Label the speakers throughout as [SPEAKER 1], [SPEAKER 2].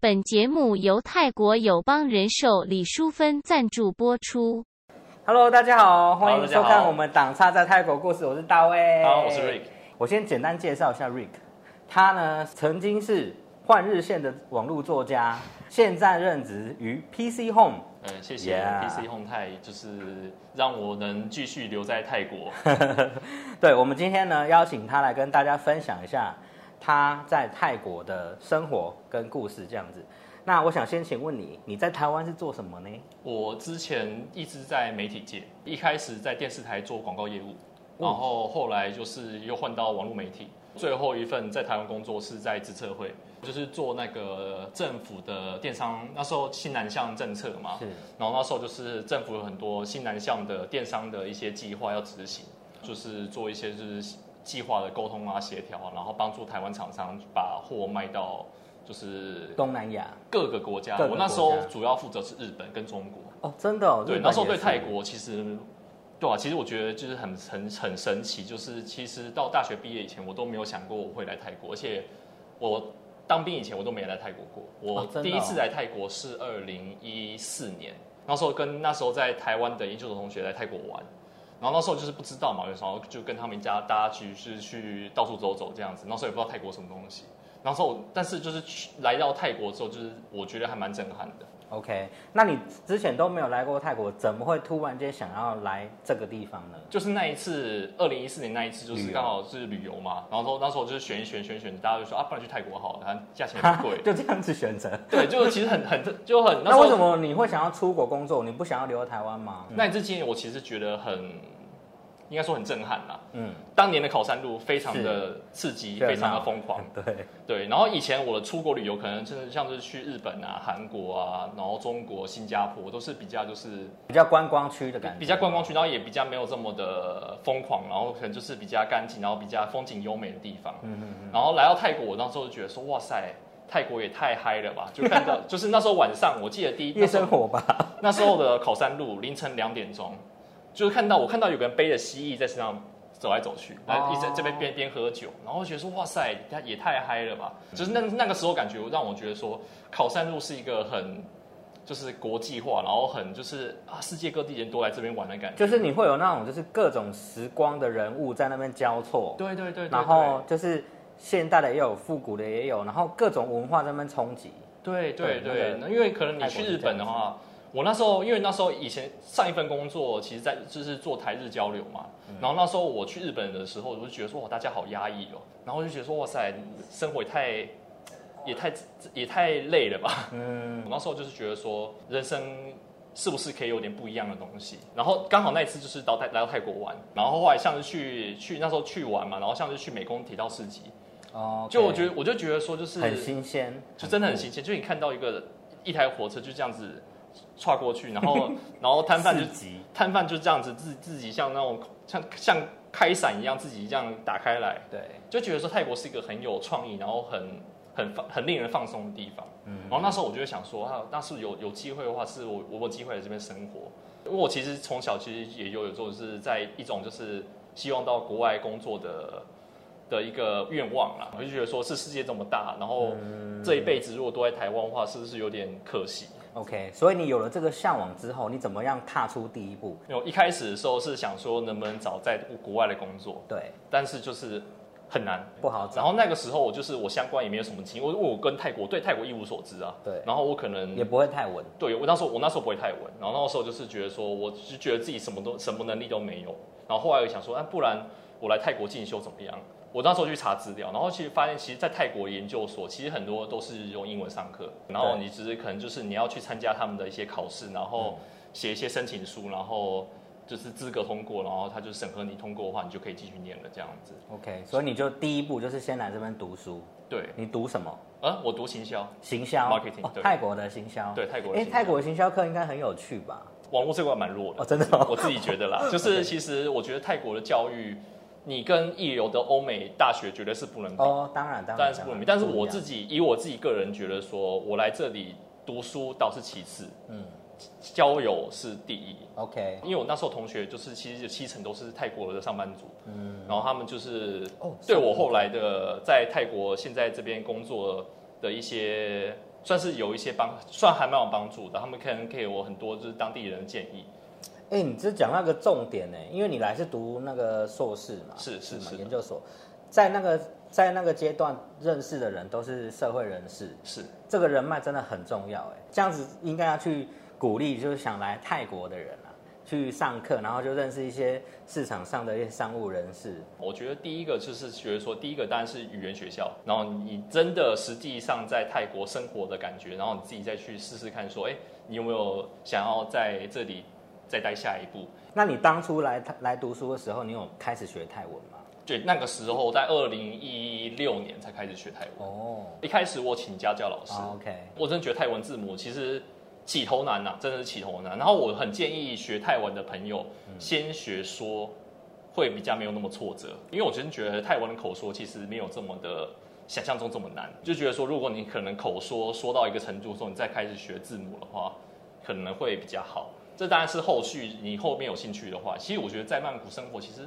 [SPEAKER 1] 本节目由泰国友邦人寿李淑芬赞助播出。
[SPEAKER 2] Hello，大家好，欢迎
[SPEAKER 3] Hello，大家
[SPEAKER 2] 收
[SPEAKER 3] 好
[SPEAKER 2] 看我们《党差在泰国故事》，我是大卫。
[SPEAKER 3] 好，我是 Rick。
[SPEAKER 2] 我先简单介绍一下 Rick，他呢曾经是换日线的网络作家，现在任职于 PC Home。
[SPEAKER 3] 嗯，谢谢
[SPEAKER 2] Yeah
[SPEAKER 3] PC 宏泰，就是让我能继续留在泰国。
[SPEAKER 2] 对，我们今天呢邀请他来跟大家分享一下他在泰国的生活跟故事这样子。那我想先请问你，你在台湾是做什么呢？
[SPEAKER 3] 我之前一直在媒体界，一开始在电视台做广告业务，然后后来就是又换到网络媒体，最后一份在台湾工作是在资策会，就是做那个政府的电商，那时候新南向政策嘛，
[SPEAKER 2] 是
[SPEAKER 3] 然后那时候就是政府有很多新南向的电商的一些计划要执行，就是做一些就是计划的沟通啊、协调啊，然后帮助台湾厂商把货卖到就是
[SPEAKER 2] 东南亚
[SPEAKER 3] 各个国家。
[SPEAKER 2] 各个
[SPEAKER 3] 我那时候
[SPEAKER 2] 国家
[SPEAKER 3] 主要负责是日本跟中国。
[SPEAKER 2] 哦，真的哦。
[SPEAKER 3] 对，
[SPEAKER 2] 日本
[SPEAKER 3] 那时候
[SPEAKER 2] 也
[SPEAKER 3] 对
[SPEAKER 2] 是
[SPEAKER 3] 泰国其实，对啊，其实我觉得就是很很很神奇，就是其实到大学毕业以前，我都没有想过我会来泰国，而且我当兵以前我都没来泰国过。
[SPEAKER 2] 哦真的哦
[SPEAKER 3] 我第一次来泰国是二零一四年，那时候跟那时候在台湾的研究所同学来泰国玩。然后那时候就是不知道嘛，然后就跟他们家大家去是去到处走走这样子。那时候也不知道泰国什么东西。然后我但是就是去来到泰国之后，就是我觉得还蛮震撼的。
[SPEAKER 2] OK，那你之前都没有来过泰国，怎么会突然间想要来这个地方呢？
[SPEAKER 3] 就是那一次，二零一四年那一次，就
[SPEAKER 2] 旅
[SPEAKER 3] 是
[SPEAKER 2] 游
[SPEAKER 3] 刚好是旅游嘛，然后那时候就是选一选选一选，大家就说啊，不然去泰国好了，反正价 钱也不贵。
[SPEAKER 2] 就这样子选择。
[SPEAKER 3] 对，就其实很很就很
[SPEAKER 2] 那为什
[SPEAKER 3] 时
[SPEAKER 2] 么
[SPEAKER 3] 候？
[SPEAKER 2] 你会想要出国工作？你不想要留在台湾吗？
[SPEAKER 3] 那一次经历我其实觉得很，应该说很震撼啦。
[SPEAKER 2] 嗯，
[SPEAKER 3] 当年的考山路非常的刺激，
[SPEAKER 2] 热闹
[SPEAKER 3] 非常的疯 狂。
[SPEAKER 2] 对，
[SPEAKER 3] 对，然后以前我的出国旅游可能真的像是去日本啊、韩国啊，然后中国、新加坡都是比较就是
[SPEAKER 2] 比较观光区的感觉，
[SPEAKER 3] 比较观光区，然后也比较没有这么的疯狂，然后可能就是比较干净，然后比较风景优美的地方。嗯嗯然后来到泰国，我那时候就觉得说，哇塞，泰国也太嗨了吧！就看到， 就是那时候晚上，我记得第一
[SPEAKER 2] 夜
[SPEAKER 3] 那时
[SPEAKER 2] 生
[SPEAKER 3] 候
[SPEAKER 2] 活吧。
[SPEAKER 3] 那时候的考山路凌晨两点钟，就是看到我看到有个人背着蜥蜴在身上走来走去，然后一直在这边边边喝酒，然后我觉得说，哇塞，他也太嗨了吧！就是那那个时候感觉让我觉得说，考山路是一个很。就是国际化，然后很就是啊，世界各地人都来这边玩的感觉。
[SPEAKER 2] 就是你会有那种就是各种时光的人物在那边交错，
[SPEAKER 3] 对对对对，
[SPEAKER 2] 然后就是现代的也有，复古的也有，然后各种文化在那边冲击。
[SPEAKER 3] 对对
[SPEAKER 2] 对
[SPEAKER 3] 对
[SPEAKER 2] 那，
[SPEAKER 3] 那因为可能你
[SPEAKER 2] 泰国
[SPEAKER 3] 去
[SPEAKER 2] 是
[SPEAKER 3] 日
[SPEAKER 2] 这
[SPEAKER 3] 本
[SPEAKER 2] 样
[SPEAKER 3] 的
[SPEAKER 2] 子
[SPEAKER 3] 话，我那时候因为那时候以前上一份工作，其实在就是做台日交流嘛，然后那时候我去日本的时候，我就觉得说哇，大家好压抑哦，然后我就觉得说哇塞，生活也太。也太也太累了吧？嗯，我那时候就是觉得说，人生是不是可以有点不一样的东西？然后刚好那一次就是到泰来到泰国玩，然后后来像是去去那时候去玩嘛，然后像是去美工铁道市集，
[SPEAKER 2] 哦
[SPEAKER 3] 就我觉
[SPEAKER 2] 得
[SPEAKER 3] 得我就觉得说就是
[SPEAKER 2] 很新鲜，
[SPEAKER 3] 就真的很新鲜，就你看到一个一台火车就这样子跨过去，然后然后摊贩就
[SPEAKER 2] 市集
[SPEAKER 3] 摊贩就这样子自自己像那种像像开伞一样自己这样打开来，
[SPEAKER 2] 对，
[SPEAKER 3] 就觉得说泰国是一个很有创意，然后很很放很令人放松的地方。然后那时候我就会想说，啊，那是有有机会的话，是我我有机会来这边生活。因为我其实从小其实也有有就是在一种就是希望到国外工作的的一个愿望啦，我就觉得说是世界这么大，然后这一辈子如果都在台湾的话，是不是有点可惜？
[SPEAKER 2] OK，所以你有了这个向往之后，你怎么样踏出第一步？
[SPEAKER 3] 因为我一开始的时候是想说能不能找在国外的工作，
[SPEAKER 2] 对，
[SPEAKER 3] 但是就是很难，
[SPEAKER 2] 不好
[SPEAKER 3] 然
[SPEAKER 2] 找，
[SPEAKER 3] 后那个时候我就是我相关也没有什么经验，我我跟泰国对泰国一无所知啊。
[SPEAKER 2] 对
[SPEAKER 3] 然后我可能
[SPEAKER 2] 也不会太稳。
[SPEAKER 3] 对我那时候我那时候不会泰文，然后那时候就是觉得说，我就觉得自己什么都什么能力都没有。然后后来我想说，啊，不然我来泰国进修怎么样？我那时候去查资料，然后其实发现，其实，在泰国研究所其实很多都是用英文上课，然后
[SPEAKER 2] 对嗯
[SPEAKER 3] 你只是可能就是你要去参加他们的一些考试，然后写一些申请书，然后就是资格通过，然后他就审核你通过的话，你就可以继续念了这样子。
[SPEAKER 2] OK，所以你就第一步就是先来这边读书。
[SPEAKER 3] 对，
[SPEAKER 2] 你读什么？
[SPEAKER 3] 啊，我读行销，
[SPEAKER 2] 行销
[SPEAKER 3] Marketing，
[SPEAKER 2] 哦
[SPEAKER 3] 对
[SPEAKER 2] 泰国的行销，
[SPEAKER 3] 对泰国的
[SPEAKER 2] 哎，
[SPEAKER 3] 行销
[SPEAKER 2] 泰国的行销课应该很有趣吧？
[SPEAKER 3] 网络这块蛮弱的
[SPEAKER 2] 哦，。真的哦，
[SPEAKER 3] 我自己觉得 啦，就是其实我觉得泰国的教育，你跟一流的欧美大学绝对是不能比，
[SPEAKER 2] 哦，当然，当然，
[SPEAKER 3] 当然是不能比。但是我自
[SPEAKER 2] 己
[SPEAKER 3] 己以我自己个人觉得说，我来这里读书倒是其次，嗯，交友是第一。
[SPEAKER 2] OK，
[SPEAKER 3] 因为我那时候同学就是其实有七成都是泰国的上班族，嗯，然后他们就是
[SPEAKER 2] 哦
[SPEAKER 3] 对我后来的在泰国现在这边工作的一些算是有一些帮，算还蛮有帮助的。他们可能给我很多就是当地人的建议。
[SPEAKER 2] 哎、你这讲那个重点呢、因为你来是读那个硕士嘛，
[SPEAKER 3] 是是
[SPEAKER 2] 嘛
[SPEAKER 3] 是的
[SPEAKER 2] 研究所，在那个在那个阶段认识的人都是社会人士，
[SPEAKER 3] 是，
[SPEAKER 2] 这个人脉真的很重要哎、这样子应该要去鼓励就是想来泰国的人啊，去上课，然后就认识一些市场上的一些商务人士，
[SPEAKER 3] 我觉得第一个就是觉得说，第一个当然是语言学校，然后你真的实际上在泰国生活的感觉，然后你自己再去试试看，说，哎，你有没有想要在这里再待下一步？
[SPEAKER 2] 那你当初来泰来读书的时候，你有开始学泰文吗？
[SPEAKER 3] 对，那个时候在二零一六年才开始学泰文，
[SPEAKER 2] 哦、
[SPEAKER 3] 一开始我请家教老师，
[SPEAKER 2] o k
[SPEAKER 3] 我真的觉得泰文字母其实起头难呐、真的是起头难。然后我很建议学泰文的朋友
[SPEAKER 2] 嗯
[SPEAKER 3] 先学说，会比较没有那么挫折，因为我真的觉得泰文的口说其实没有这么的。想象中这么难，就觉得说，如果你可能口说说到一个程度之后，你再开始学字母的话，可能会比较好。这当然是后续你后面有兴趣的话，其实我觉得在曼谷生活，其实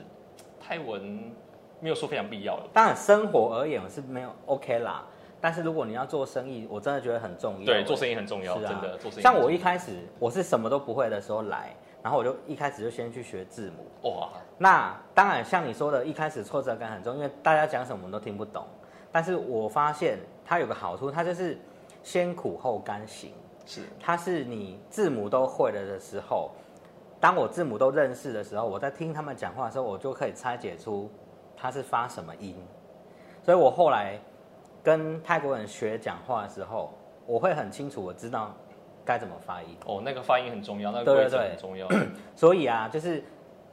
[SPEAKER 3] 泰文没有说非常必要了。
[SPEAKER 2] 当然生活而言是没有 OK 啦，但是如果你要做生意，我真的觉得很重要、
[SPEAKER 3] 对，做
[SPEAKER 2] 意
[SPEAKER 3] 生意很重要，
[SPEAKER 2] 是啊，
[SPEAKER 3] 真的做生意很重要。
[SPEAKER 2] 像我一开始我是什么都不会的时候来，然后我就一开始就先去学字母。
[SPEAKER 3] 哇，
[SPEAKER 2] 那当然，像你说的，一开始挫折感很重，因为大家讲什么我们都听不懂。但是我发现它有个好处，它就是先苦后甘行。
[SPEAKER 3] 是
[SPEAKER 2] 它是你字母都会了的时候，当我字母都认识的时候，我在听他们讲话的时候，我就可以拆解出它是发什么音。所以我后来跟泰国人学讲话的时候，我会很清楚，我知道该怎么发音。
[SPEAKER 3] 哦，那个发音很重要，那
[SPEAKER 2] 对
[SPEAKER 3] 个
[SPEAKER 2] 对
[SPEAKER 3] 规则
[SPEAKER 2] 对
[SPEAKER 3] 很重要。
[SPEAKER 2] 所以啊，就是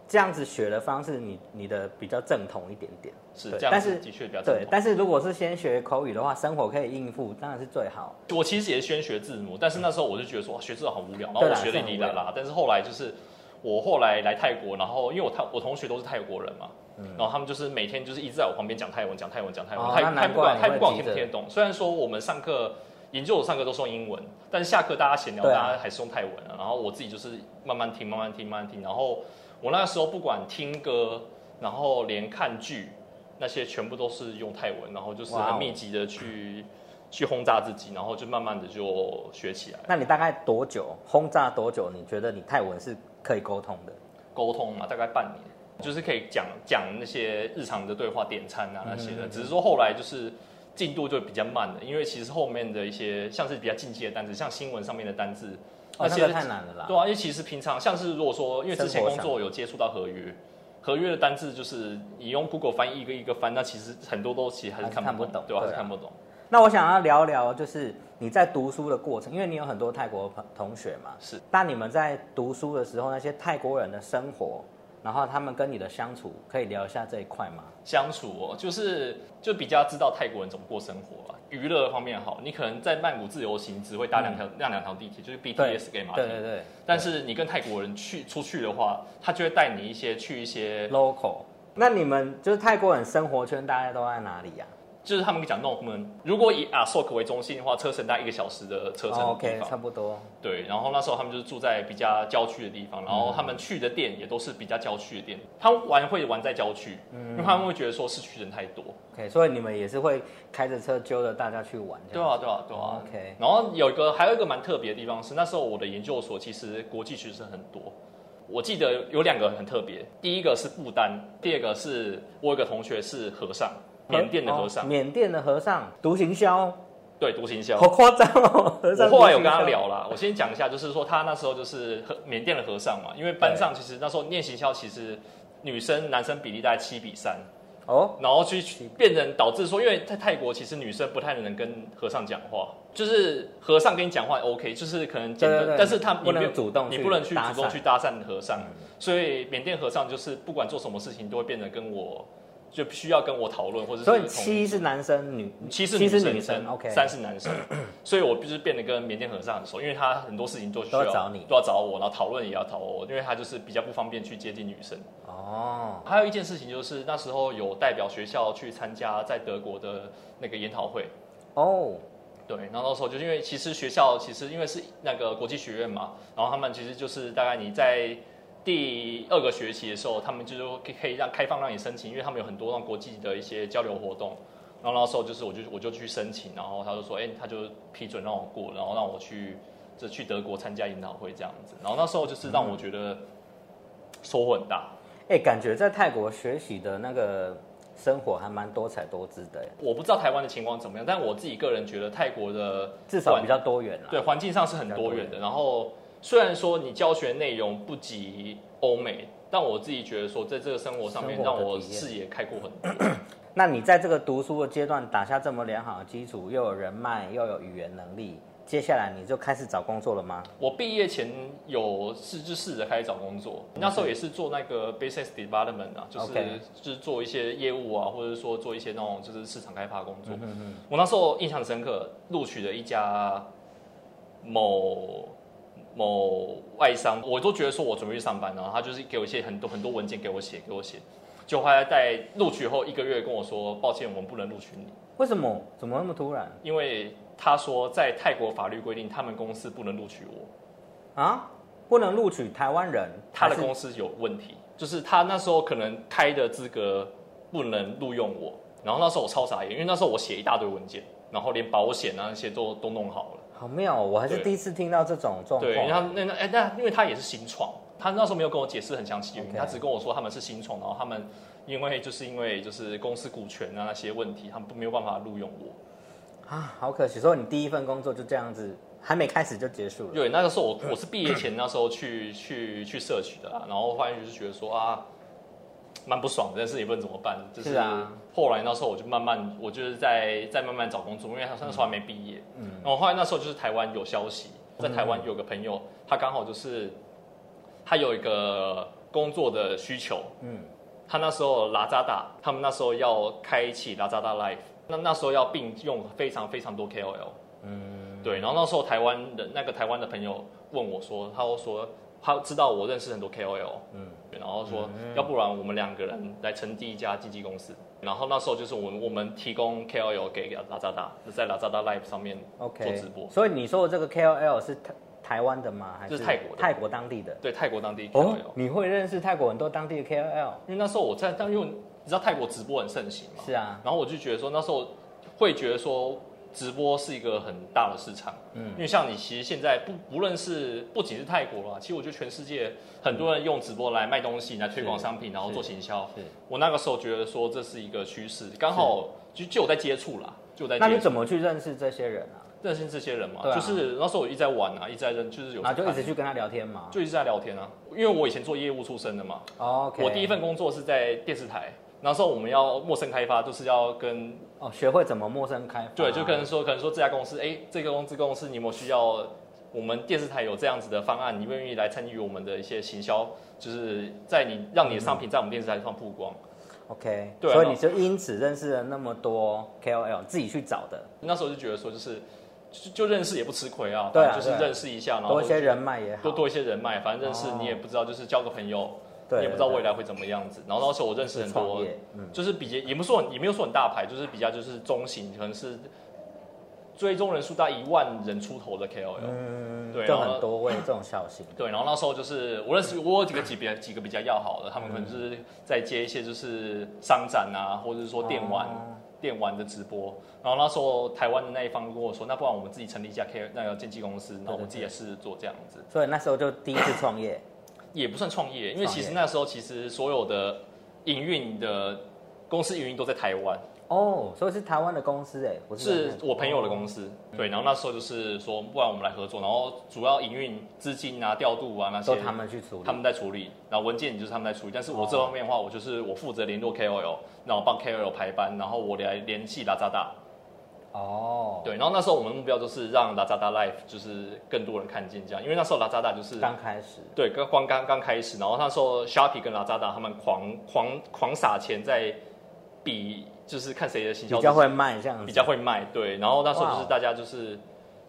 [SPEAKER 2] 这样子学的方式，你你的比较正统一点点。
[SPEAKER 3] 是
[SPEAKER 2] 对
[SPEAKER 3] 这样
[SPEAKER 2] 但
[SPEAKER 3] 子，
[SPEAKER 2] 是
[SPEAKER 3] 的确比较正
[SPEAKER 2] 对，
[SPEAKER 3] 统。
[SPEAKER 2] 但是如果是先学口语的话，生活可以应付，当然是最好。
[SPEAKER 3] 我其实也先学字母，但是那时候我就觉得说哇学字好无聊，然后
[SPEAKER 2] 对
[SPEAKER 3] 我
[SPEAKER 2] 啦
[SPEAKER 3] 学了哩啦
[SPEAKER 2] 是很
[SPEAKER 3] 啦。但是后来就是我后来来泰国，然后因为我泰我同学都是泰国人嘛，然后他们就是每天就是一直在我旁边讲泰文，讲泰文，讲泰
[SPEAKER 2] 嗯
[SPEAKER 3] 文，
[SPEAKER 2] 哦
[SPEAKER 3] 泰
[SPEAKER 2] 那
[SPEAKER 3] 泰
[SPEAKER 2] 难
[SPEAKER 3] 不
[SPEAKER 2] 怪
[SPEAKER 3] 管
[SPEAKER 2] 你
[SPEAKER 3] 泰不管我
[SPEAKER 2] 会
[SPEAKER 3] 听
[SPEAKER 2] 记
[SPEAKER 3] 不
[SPEAKER 2] 得
[SPEAKER 3] 听得懂。虽然说我们上课研究所上课都是用英文，但是下课大家闲聊，
[SPEAKER 2] 对啊
[SPEAKER 3] 大家还是用泰文啊。然后我自己就是慢慢听，慢慢听，慢慢听。然后我那时候不管听歌，然后连看剧那些全部都是用泰文，然后就是
[SPEAKER 2] 哇
[SPEAKER 3] 很
[SPEAKER 2] 哦
[SPEAKER 3] 密集的去。去轰炸自己，然后就慢慢的就学起来。
[SPEAKER 2] 那你大概多久轰炸多久？你觉得你泰文是可以沟通的？
[SPEAKER 3] 沟通嘛，大概半年，就是可以讲讲那些日常的对话、点餐啊那些
[SPEAKER 2] 嗯
[SPEAKER 3] 的。只是说后来就是进度就比较慢了，因为其实后面的一些像是比较进阶的单词，像新闻上面的单字，
[SPEAKER 2] 哦，那
[SPEAKER 3] 些、
[SPEAKER 2] 个太难了啦。
[SPEAKER 3] 对啊，因为其实平常像是如果说，因为之前
[SPEAKER 2] 生活
[SPEAKER 3] 工
[SPEAKER 2] 上
[SPEAKER 3] 作有接触到合约，合约的单字就是你用 Google 翻译一个一个翻，那其实很多都其实还是
[SPEAKER 2] 还是
[SPEAKER 3] 看不
[SPEAKER 2] 看不懂
[SPEAKER 3] 对吧、还
[SPEAKER 2] 对啊
[SPEAKER 3] 是看不懂。
[SPEAKER 2] 那我想要聊聊，就是你在读书的过程，因为你有很多泰国朋同学嘛。
[SPEAKER 3] 是。
[SPEAKER 2] 那你们在读书的时候，那些泰国人的生活，然后他们跟你的相处，可以聊一下这一块吗？
[SPEAKER 3] 相处哦，就是就比较知道泰国人怎么过生活了。娱乐方面好，你可能在曼谷自由行只会搭两条、那两条地铁，就是 BTS 跟马
[SPEAKER 2] 嗯对对
[SPEAKER 3] 铁。
[SPEAKER 2] 对。
[SPEAKER 3] 但是你跟泰国人去出去的话，他就会带你一些去一些，
[SPEAKER 2] local，那你们就是泰国人生活圈大家都在哪里啊呀、
[SPEAKER 3] 就是他们讲 no man。如果以阿索克为中心的话，车程大概一个小时的车程的地方。
[SPEAKER 2] o k 哦差不多。
[SPEAKER 3] 对，然后那时候他们就是住在比较郊区的地方，然后他们去的店也都是比较郊区的店。他们玩会玩在郊区，
[SPEAKER 2] 嗯
[SPEAKER 3] 因为他们会觉得说市区人太多。
[SPEAKER 2] OK，所以你们也是会开着车揪着大家去玩这
[SPEAKER 3] 对
[SPEAKER 2] 样
[SPEAKER 3] 啊，
[SPEAKER 2] 子，
[SPEAKER 3] 对啊，对啊。
[SPEAKER 2] 哦 OK
[SPEAKER 3] 然后有一个，还有一个蛮特别的地方是，那时候我的研究所其实国际学生很多。我记得有两个很特别，第一个是不丹，第二个是我有个同学是和尚，缅甸的和尚，
[SPEAKER 2] 哦缅甸的和尚独行侠，
[SPEAKER 3] 对，独行侠。
[SPEAKER 2] 好夸张哦！和
[SPEAKER 3] 我
[SPEAKER 2] 尚
[SPEAKER 3] 后来有
[SPEAKER 2] 独行
[SPEAKER 3] 跟他
[SPEAKER 2] 侠，
[SPEAKER 3] 聊啦，我先讲一下，就是说他那时候就是和缅甸的和尚嘛，因为班上其实那时候念行销，其实女生男生比例大概七比三，
[SPEAKER 2] 哦，
[SPEAKER 3] 然后去变成导致说，因为在泰国其实女生不太能跟和尚讲话，就是和尚跟你讲话 OK，就是可能简单，
[SPEAKER 2] 对对对
[SPEAKER 3] 但是他
[SPEAKER 2] 不能
[SPEAKER 3] 你没有
[SPEAKER 2] 主动去
[SPEAKER 3] 你不能去
[SPEAKER 2] 搭
[SPEAKER 3] 主
[SPEAKER 2] 讪
[SPEAKER 3] 动去搭讪和尚，所以缅甸和尚就是不管做什么事情都会变得跟我就需要跟我讨论，或者是
[SPEAKER 2] 所以
[SPEAKER 3] 同
[SPEAKER 2] 七是男生，女
[SPEAKER 3] 七是
[SPEAKER 2] 七
[SPEAKER 3] 女
[SPEAKER 2] 是
[SPEAKER 3] 生，
[SPEAKER 2] 女生，OK，
[SPEAKER 3] 三是男生，所以我就是变得跟缅甸和尚很熟，因为他很多事情都需
[SPEAKER 2] 都要找你
[SPEAKER 3] 都要找我，然后讨论也要找我，因为他就是比较不方便去接近女生。
[SPEAKER 2] 哦，
[SPEAKER 3] 还有一件事情就是那时候有代表学校去参加在德国的那个研讨会，
[SPEAKER 2] 哦，
[SPEAKER 3] 对，然后那时候就是因为其实学校其实因为是那个国际学院嘛，然后他们其实就是大概你在第二个学期的时候，他们就是可以让开放让你申请，因为他们有很多让国际的一些交流活动，然后那时候就是我就我就去申请，然后他就说，哎、他就批准让我过，然后让我去就去德国参加研讨会这样子。然后那时候就是让我觉得收获很大。
[SPEAKER 2] 哎、感觉在泰国学习的那个生活还蛮多彩多姿的耶，
[SPEAKER 3] 我不知道台湾的情况怎么样，但我自己个人觉得泰国的
[SPEAKER 2] 至少
[SPEAKER 3] 环
[SPEAKER 2] 比较多元啦。
[SPEAKER 3] 对，环境上是很多元的。然后虽然说你教学内容不及欧美，但我自己觉得说在这个生活上面
[SPEAKER 2] 生活
[SPEAKER 3] 让
[SPEAKER 2] 的
[SPEAKER 3] 我
[SPEAKER 2] 体验
[SPEAKER 3] 视野开阔很多。
[SPEAKER 2] 那你在这个读书的阶段打下这么良好的基础，又有人脉，又有语言能力，接下来你就开始找工作了吗？
[SPEAKER 3] 我毕业前有试就试着开始找工作，那时候也是做那个 business development 啊，就是
[SPEAKER 2] OK
[SPEAKER 3] 就是做一些业务啊，或者说做一些那种就是市场开发工作。我那时候印象深刻，录取了一家某某外商，我都觉得说我准备去上班，然啊后他就是给我一些很多很多文件给我写，给我写。就后来在录取后一个月跟我说，抱歉，我们不能录取你，
[SPEAKER 2] 为什么？怎么那么突然
[SPEAKER 3] 因为他说在泰国法律规定，他们公司不能录取我。
[SPEAKER 2] 啊？不能录取台湾人，
[SPEAKER 3] 他的
[SPEAKER 2] 还是
[SPEAKER 3] 公司有问题，就是他那时候可能开的资格不能录用我，然后那时候我超傻眼，因为那时候我写一大堆文件，然后连保险啊那些都都弄好了。
[SPEAKER 2] 好妙、哦，我还是
[SPEAKER 3] 对
[SPEAKER 2] 第一次听到这种状
[SPEAKER 3] 对，然
[SPEAKER 2] 况。
[SPEAKER 3] 后那那哎那因为他也是新创，他那时候没有跟我解释很详细原因
[SPEAKER 2] OK
[SPEAKER 3] 他只跟我说他们是新创，然后他们因为就是因为就是公司股权啊那些问题，他们没有办法录用我。
[SPEAKER 2] 啊，好可惜，所以你第一份工作就这样子，还没开始就结束 了。
[SPEAKER 3] 对，那个时候我我是毕业前那时候去去去摄取的啦，啊然后发现就是觉得说啊，蛮不爽的，但是也不能怎么办，就是
[SPEAKER 2] 是啊
[SPEAKER 3] 后来那时候我就慢慢，我就是在在慢慢找工作，因为他那时候还没毕业，嗯，然后后来那时候就是台湾有消息，在台湾有个朋友，他刚好就是他有一个工作的需求，
[SPEAKER 2] 嗯，
[SPEAKER 3] 他那时候拉扎达，他们那时候要开启拉扎达 Life，那那时候要并用非常非常多 KOL，嗯，对，然后那时候台湾的那个台湾的朋友问我说，他说他知道我认识很多 KOL，嗯，然后说、要不然我们两个人来成立一家经纪公司，然后那时候就是我们我们提供 KOL 给拉扎达，就在拉扎达 Life 上面做
[SPEAKER 2] OK，
[SPEAKER 3] 直播，
[SPEAKER 2] 所以你说的这个 KOL 是台台湾的吗？还
[SPEAKER 3] 这是泰国的
[SPEAKER 2] 泰国当地的。
[SPEAKER 3] 对泰国当地 KOL，、
[SPEAKER 2] 哦，你会认识泰国很多当地的 KOL？
[SPEAKER 3] 因为那时候我在，但因为你知道泰国直播很盛行嘛，
[SPEAKER 2] 是啊
[SPEAKER 3] 然后我就觉得说那时候会觉得说直播是一个很大的市场，嗯，因为像你其实现在不不论是不仅是泰国啦，其实我觉得全世界很多人用直播来卖东西，来推广
[SPEAKER 2] 是
[SPEAKER 3] 商品，然后
[SPEAKER 2] 是
[SPEAKER 3] 做行销
[SPEAKER 2] 是。
[SPEAKER 3] 我那个时候觉得说这是一个趋势，刚好就就有在接触啦，就有在接
[SPEAKER 2] 那
[SPEAKER 3] 触
[SPEAKER 2] 你怎么去认识这些人啊？
[SPEAKER 3] 认识这些人嘛？
[SPEAKER 2] 对啊
[SPEAKER 3] 就是那时候我一直在玩啊，一直在认，就是有
[SPEAKER 2] 然后就一
[SPEAKER 3] 看
[SPEAKER 2] 直去跟他聊天嘛。
[SPEAKER 3] 就一直在聊天啊，因为我以前做业务出身的嘛，
[SPEAKER 2] 哦 OK，
[SPEAKER 3] 我第一份工作是在电视台，那时候我们要陌生开发，就是要跟
[SPEAKER 2] 哦，学会怎么陌生开发。
[SPEAKER 3] 对，就可能说可能说这家公司，哎、这个公司公司你有没有需要？我们电视台有这样子的方案，你愿不愿意来参与我们的一些行销？就是在你让你的商
[SPEAKER 2] 嗯
[SPEAKER 3] 品在我们电视台上曝光。
[SPEAKER 2] OK，
[SPEAKER 3] 对啊
[SPEAKER 2] 所以你就因此认识了那么多 KOL，自己去找的，
[SPEAKER 3] 那时候就觉得说，就是就就认识也不吃亏啊，
[SPEAKER 2] 对啊
[SPEAKER 3] 反正就
[SPEAKER 2] 对
[SPEAKER 3] 是
[SPEAKER 2] 啊
[SPEAKER 3] 认识一下，然后
[SPEAKER 2] 多一些人脉也好
[SPEAKER 3] 多。多一些人脉，反正认识
[SPEAKER 2] 哦
[SPEAKER 3] 你也不知道，就是交个朋友，
[SPEAKER 2] 对
[SPEAKER 3] 你也不知道
[SPEAKER 2] 对对
[SPEAKER 3] 未来会怎么样子。然后那时候我认识很多
[SPEAKER 2] 创业，嗯
[SPEAKER 3] 就是比也也不是说很也没有说很大牌，就是比较就是中型，可能是追踪人数大概一万人出头的 KOL，、
[SPEAKER 2] 嗯，
[SPEAKER 3] 对
[SPEAKER 2] 就
[SPEAKER 3] 然后
[SPEAKER 2] 很多位这种小型。
[SPEAKER 3] 对，然后那时候就是我认识我有几个级别几个比较要好的，他们可能就是在接一些就是商展啊，或者是说电玩、
[SPEAKER 2] 哦
[SPEAKER 3] 电玩的直播。然后那时候台湾的那一方跟我说，那不然我们自己成立一家 K 那个经纪公司，然后我们自己也试着做这样子，
[SPEAKER 2] 所以那时候就第一次创业，
[SPEAKER 3] 也不算创业，因为
[SPEAKER 2] 创业
[SPEAKER 3] 其实那时候其实所有的营运的公司营运都在台湾，
[SPEAKER 2] 哦，所以是台湾的公司哎，不是
[SPEAKER 3] 是我朋友的公司。
[SPEAKER 2] 嗯
[SPEAKER 3] 对，然后那时候就是说，不然我们来合作，然后主要营运资金啊、调度啊那些
[SPEAKER 2] 都他们去处理，哦
[SPEAKER 3] 他们在处理，然后文件就是他们在处理，但是我这方面的话，我就是我负责联络 KOL，然后帮 KOL 排班，然后我来联系拉扎达。
[SPEAKER 2] 哦，
[SPEAKER 3] 对，然后那时候我们的目标就是让拉扎达 Life 就是更多人看见这样，因为那时候拉扎达就是
[SPEAKER 2] 刚开始
[SPEAKER 3] 对刚刚刚刚开始，然后那时候 Shopee 跟拉扎达他们狂狂狂撒钱在比，就是看谁的行销
[SPEAKER 2] 比较会卖这样子，
[SPEAKER 3] 比较会卖，对。然后那时候就
[SPEAKER 2] 哇哦
[SPEAKER 3] 是大家就是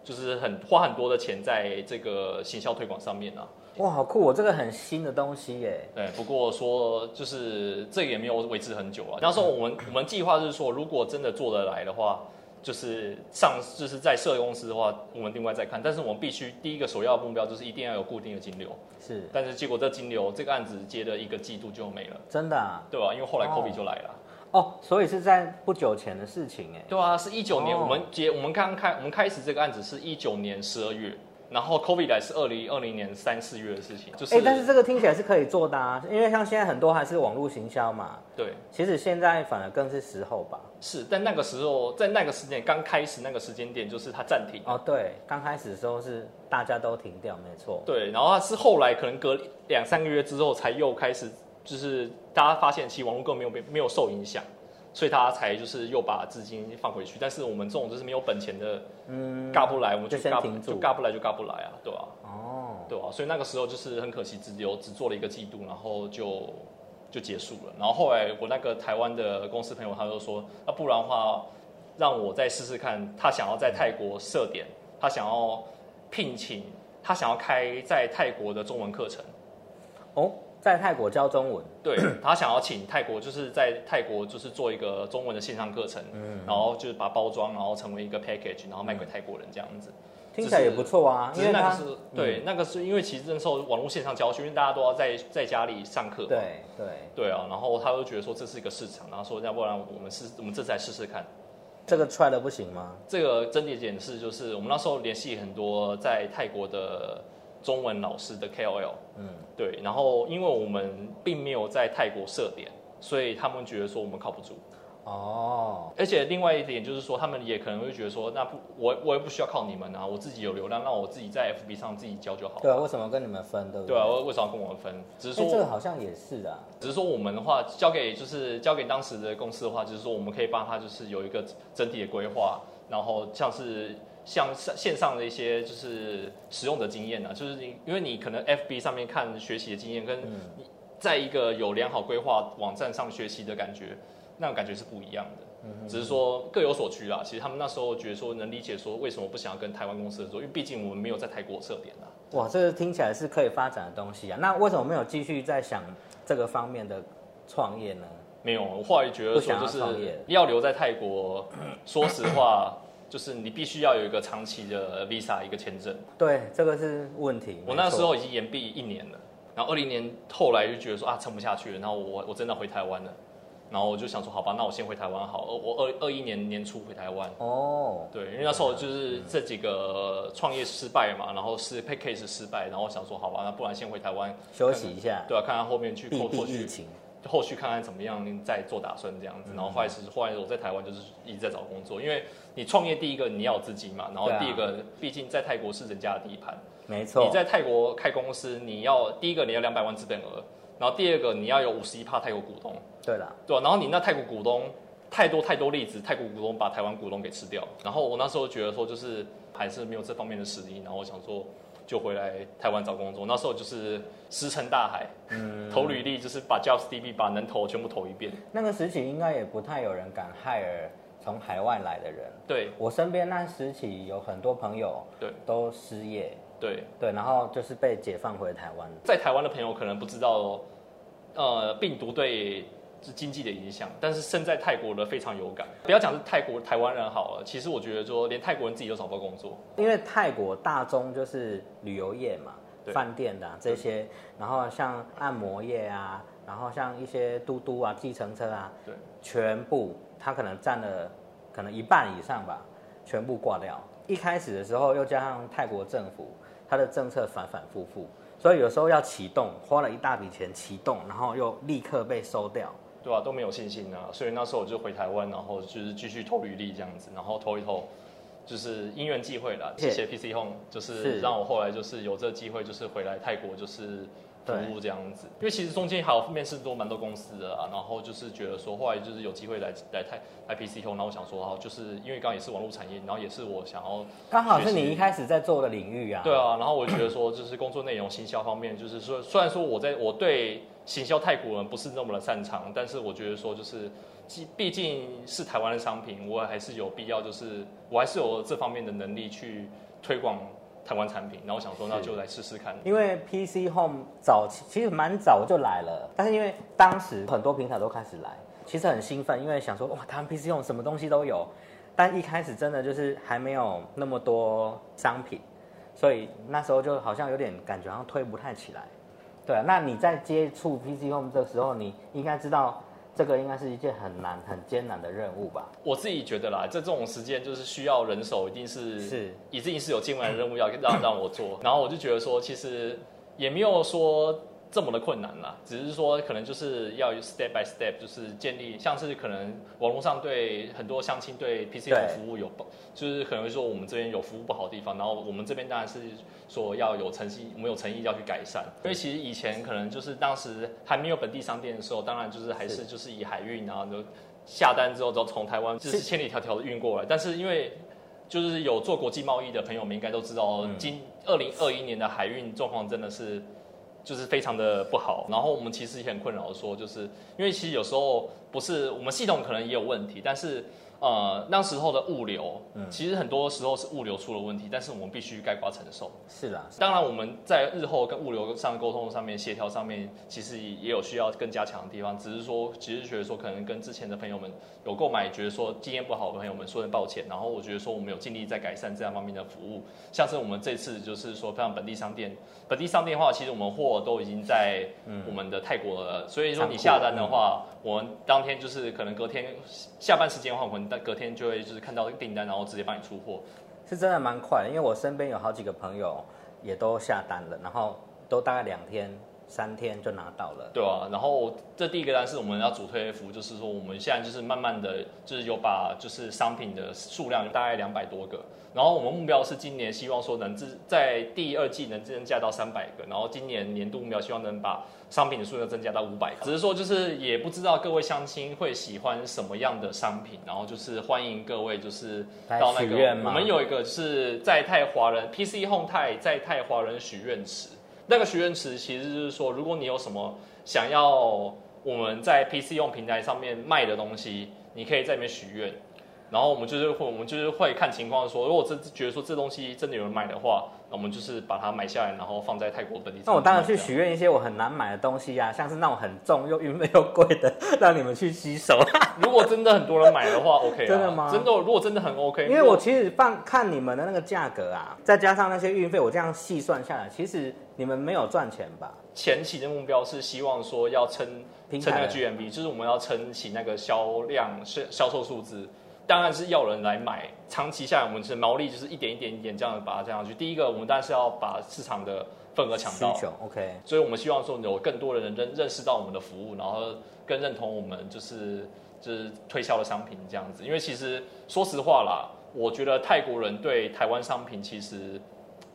[SPEAKER 3] 就是很花很多的钱在这个行销推广上面啊。
[SPEAKER 2] 哇，好酷、哦，这个很新的东西欸耶，
[SPEAKER 3] 对，不过说就是这个也没有维持很久啊。那时候 我们我们计划是说，如果真的做得来的话，就是上就是在设公司的话，我们另外再看。但是我们必须第一个首要目标就是一定要有固定的金流。
[SPEAKER 2] 是
[SPEAKER 3] 但是结果这金流这个案子接了一个季度就没了，
[SPEAKER 2] 真的啊，
[SPEAKER 3] 对吧、因为后来
[SPEAKER 2] 哦
[SPEAKER 3] COVID 就来了。
[SPEAKER 2] 哦，所以是在不久前的事情哎。
[SPEAKER 3] 对啊，是一九年、
[SPEAKER 2] 哦
[SPEAKER 3] 我们结我们刚刚开我们开始这个案子是一九年十二月，然后 COVID 来是二零二零年三四月的事情，就是、
[SPEAKER 2] 哎、但是这个听起来是可以做的啊，因为像现在很多还是网络行销嘛，
[SPEAKER 3] 对
[SPEAKER 2] 其实现在反而更是时候吧。
[SPEAKER 3] 是，但那个时候在那个时间刚开始那个时间点就是它暂停。
[SPEAKER 2] 哦，对，刚开始的时候是大家都停掉，没错。
[SPEAKER 3] 对，然后它是后来可能隔两三个月之后才又开始，就是大家发现其实网络更没有被没有受影响，所以他才就是又把资金放回去。但是我们这种就是没有本钱的，嗯，尬不来，我们就
[SPEAKER 2] 就先
[SPEAKER 3] 尬不
[SPEAKER 2] 停住
[SPEAKER 3] 就尬不来就尬不来啊，对啊？
[SPEAKER 2] 哦，
[SPEAKER 3] 对啊，所以那个时候就是很可惜，只有只做了一个季度，然后就就结束了。然后后来我那个台湾的公司朋友他就说，那不然的话，让我再试试看。他想要在泰国设点，他想要聘请，他想要开在泰国的中文课程。
[SPEAKER 2] 哦，在泰国教中文，
[SPEAKER 3] 对他想要请泰国，就是在泰国就是做一个中文的线上课程，然后就是把它包装，然后成为一个 package，然后卖给泰国人这样子。
[SPEAKER 2] 听起来也不错啊，
[SPEAKER 3] 只
[SPEAKER 2] 因
[SPEAKER 3] 是
[SPEAKER 2] 为嗯
[SPEAKER 3] 那
[SPEAKER 2] 它
[SPEAKER 3] 个是对，那个是因为其实那时候网络线上教学，因为大家都要在在家里上课嘛，
[SPEAKER 2] 对对，
[SPEAKER 3] 对啊，然后他就觉得说这是一个市场，然后说要不然我们试，我们这次来试试看。
[SPEAKER 2] 这个 try 了不行吗？
[SPEAKER 3] 这个真理点是，就是我们那时候联系很多在泰国的中文老师的 KOL，
[SPEAKER 2] 嗯
[SPEAKER 3] 嗯，对，然后因为我们并没有在泰国设点，所以他们觉得说我们靠不住，
[SPEAKER 2] 哦，
[SPEAKER 3] 而且另外一点就是说，他们也可能会觉得说，那不我我也不需要靠你们啊，我自己有流量，那我自己在 FB 上自己教就好。
[SPEAKER 2] 对啊，为什么跟你们分，对不
[SPEAKER 3] 对啊，为为什么要跟我们分？只是
[SPEAKER 2] 哎
[SPEAKER 3] 说
[SPEAKER 2] 这个好像也是啊，
[SPEAKER 3] 只是说我们的话，交给就是交给当时的公司的话，就是说我们可以帮他就是有一个整体的规划，然后像是像上线上的一些就是使用的经验啊，就是你因为你可能 FB 上面看学习的经验，跟你在一个有良好规划网站上学习的感觉，那种感觉是不一样的。只是说各有所趋啦。其实他们那时候觉得说能理解说为什么不想要跟台湾公司合作，因为毕竟我们没有在泰国啊设点啦。
[SPEAKER 2] 哇，这个听起来是可以发展的东西啊。那为什么没有继续在想这个方面的创业呢？
[SPEAKER 3] 没有，我后来觉
[SPEAKER 2] 不
[SPEAKER 3] 得说
[SPEAKER 2] 想要
[SPEAKER 3] 就
[SPEAKER 2] 创业
[SPEAKER 3] 是要留在泰国， 说实话，就是你必须要有一个长期的 visa 一个签证。
[SPEAKER 2] 对，这个是问题。
[SPEAKER 3] 我
[SPEAKER 2] 没
[SPEAKER 3] 那
[SPEAKER 2] 错
[SPEAKER 3] 时候已经延毕一年了，然后二零年后来就觉得说啊撑不下去了，然后我我真的回台湾了，然后我就想说好吧，那我先回台湾好，呃我二二一年年初回台湾。
[SPEAKER 2] 哦，
[SPEAKER 3] 对，因为那时候
[SPEAKER 2] 嗯
[SPEAKER 3] 就是这几个创业失败嘛，然后是 p a c k a g e 失败，然后想说好吧，那不然先回台湾
[SPEAKER 2] 休息一下，
[SPEAKER 3] 对啊，看看后面去
[SPEAKER 2] 避
[SPEAKER 3] 后
[SPEAKER 2] 避
[SPEAKER 3] 后
[SPEAKER 2] 疫
[SPEAKER 3] 续
[SPEAKER 2] 情。
[SPEAKER 3] 后续看看怎么样再做打算这样子。然后后来是后来我在台湾就是一直在找工作，因为你创业第一个你要有资金嘛，然后
[SPEAKER 2] 对啊
[SPEAKER 3] 第一个毕竟在泰国是人家的地盘，
[SPEAKER 2] 没错，
[SPEAKER 3] 你在泰国开公司，你要第一个你要两百万资本额，然后第二个你要有五十一趴泰国股东，
[SPEAKER 2] 对啦，
[SPEAKER 3] 对啊吧、然后你那泰国股东太多太多例子，泰国股东把台湾股东给吃掉。然后我那时候觉得说，就是还是没有这方面的实力，然后我想说就回来台湾找工作。那时候就是石沉大海， 投履历就是把 JobsDB 把能投的全部投一遍。
[SPEAKER 2] 那个时期应该也不太有人敢 hire 从海外来的人。
[SPEAKER 3] 对
[SPEAKER 2] 我身边那时期有很多朋友
[SPEAKER 3] 对
[SPEAKER 2] 都失业，
[SPEAKER 3] 对，
[SPEAKER 2] 对，然后就是被解放回台湾。
[SPEAKER 3] 在台湾的朋友可能不知道，哦呃，病毒对经济的影响，但是身在泰国的非常有感。不要讲是泰国台湾人好了，其实我觉得说连泰国人自己都找不到工作。
[SPEAKER 2] 因为泰国大宗就是旅游业嘛，
[SPEAKER 3] 对
[SPEAKER 2] 饭店的、啊、这些，然后像按摩业啊，然后像一些嘟嘟啊、计程车啊，
[SPEAKER 3] 对，
[SPEAKER 2] 全部它可能占了可能一半以上吧，全部挂掉。一开始的时候又加上泰国政府它的政策反反复复，所以有时候要启动，花了一大笔钱启动，然后又立刻被收掉。
[SPEAKER 3] 对啊，都没有信心啊，所以那时候我就回台湾，然后就是继续投履历这样子，然后投一投，就是因缘际会啦，
[SPEAKER 2] 是
[SPEAKER 3] 谢谢 PC Home，就是
[SPEAKER 2] 是
[SPEAKER 3] 让我后来就是有这个机会，就是回来泰国就是服
[SPEAKER 2] 对
[SPEAKER 3] 务这样子，因为其实中间还有面试多蛮多公司的啊，然后就是觉得说后来就是有机会来来泰来 PC Home，然后我想说好，就是因为刚刚也是网络产业，然后也是我想要
[SPEAKER 2] 刚好是
[SPEAKER 3] 学习
[SPEAKER 2] 你一开始在做的领域啊。
[SPEAKER 3] 对啊，然后我觉得说，就是工作内容行销方面，就是说，虽然说我在我对行销泰国人不是那么的擅长，但是我觉得说，就是既毕竟是台湾的商品，我还是有必要，就是我还是有这方面的能力去推广台湾产品。然后我想说，
[SPEAKER 2] 是
[SPEAKER 3] 那就来试试看。
[SPEAKER 2] 因为 PC Home 早期其实蛮早就来了，但是因为当时很多平台都开始来，其实很兴奋，因为想说哇，他们 PC Home 什么东西都有，但一开始真的就是还没有那么多商品，所以那时候就好像有点感觉好像推不太起来。对啊，那你在接触 PC Home 的时候，你应该知道这个应该是一件很难、很艰难的任务吧？
[SPEAKER 3] 我自己觉得啦，在这种时间就是需要人手，一定是
[SPEAKER 2] 是，
[SPEAKER 3] 一定是有艰难的任务要让让我做。然后我就觉得说，其实也没有说这么的困难啦，只是说可能就是要 step by step，就是建立像是可能网络上对很多相亲对 PC
[SPEAKER 2] 对
[SPEAKER 3] 服务有不，就是可能会说我们这边有服务不好的地方，然后我们这边当然是说要有诚意，我们有诚意要去改善。因为其实以前可能就是当时还没有本地商店的时候，当然就是还
[SPEAKER 2] 是
[SPEAKER 3] 是就是以海运啊，就下单之后都从台湾就是
[SPEAKER 2] 是
[SPEAKER 3] 千里迢迢的运过来，但是因为就是有做国际贸易的朋友们应该都知道
[SPEAKER 2] 嗯，
[SPEAKER 3] 今二零二一年的海运状况真的是就是非常的不好。然后我们其实也很困扰，说就是因为其实有时候不是我们系统可能也有问题，但是呃那时候的物流，其实很多时候是物流出了问题，但是我们必须盖瓜承受。
[SPEAKER 2] 是啦，
[SPEAKER 3] 当然，我们在日后跟物流上沟通上面、协调上面，其实也有需要更加强的地方。只是说，只是觉得说，可能跟之前的朋友们有购买，觉得说经验不好的朋友们说声抱歉。然后我觉得说，我们有尽力在改善这样方面的服务。像是我们这次就是说，像本地商店，本地商店的话，其实我们货都已经在嗯我们的泰国了。所以说，你下单的话，我们当天就是可能隔天下班时间的话，我们隔天就会就是看到订单，然后直接帮你出货。
[SPEAKER 2] 是真的蛮快的，因为我身边有好几个朋友也都下单了，然后都大概两天、三天就拿到了。
[SPEAKER 3] 对啊，然后这第一个单是我们要主推的服务，就是说我们现在就是慢慢的，就是有把就是商品的数量大概两百多个，然后我们目标是今年希望说能至在第二季能增加到三百个，然后今年年度目标希望能把商品的数量增加到五百个。只是说就是也不知道各位相亲会喜欢什么样的商品，然后就是欢迎各位就是
[SPEAKER 2] 来
[SPEAKER 3] 到那
[SPEAKER 2] 许
[SPEAKER 3] 个
[SPEAKER 2] 愿吗
[SPEAKER 3] 我们有一个是在泰华人 PC Home 泰在泰华人许愿池。那个许愿池其实就是说，如果你有什么想要我们在 PC 用平台上面卖的东西，你可以在里面许愿。然后我们就是会，我们就是会看情况说，如果这觉得说这东西真的有人买的话，那我们就是把它买下来，然后放在泰国本地。
[SPEAKER 2] 那我当然去许。愿一些我很难买的东西啊，像是那种很重又运费又贵的， 让你们去吸收。
[SPEAKER 3] 如果真的很多人买的话，OK 啊。
[SPEAKER 2] 真的吗
[SPEAKER 3] 真的，如果真的很 OK，
[SPEAKER 2] 因为我其实放看你们的那个价格啊，再加上那些运费，我这样细算下来，其实你们没有赚钱吧？
[SPEAKER 3] 前期的目标是希望说要撑
[SPEAKER 2] 平
[SPEAKER 3] 撑
[SPEAKER 2] 台
[SPEAKER 3] 那
[SPEAKER 2] 的
[SPEAKER 3] 个 GMV，就是我们要撑起那个销量销销售数字，当然是要人来买。长期下来，我们是毛利就是一点一点一点这样把它这样去。第一个，我们当然是要把市场的份额抢
[SPEAKER 2] 需
[SPEAKER 3] 到，
[SPEAKER 2] 求 OK，
[SPEAKER 3] 所以我们希望说有更多的人认认识到我们的服务，然后更认同我们就是就是推销的商品这样子。因为其实说实话啦，我觉得泰国人对台湾商品其实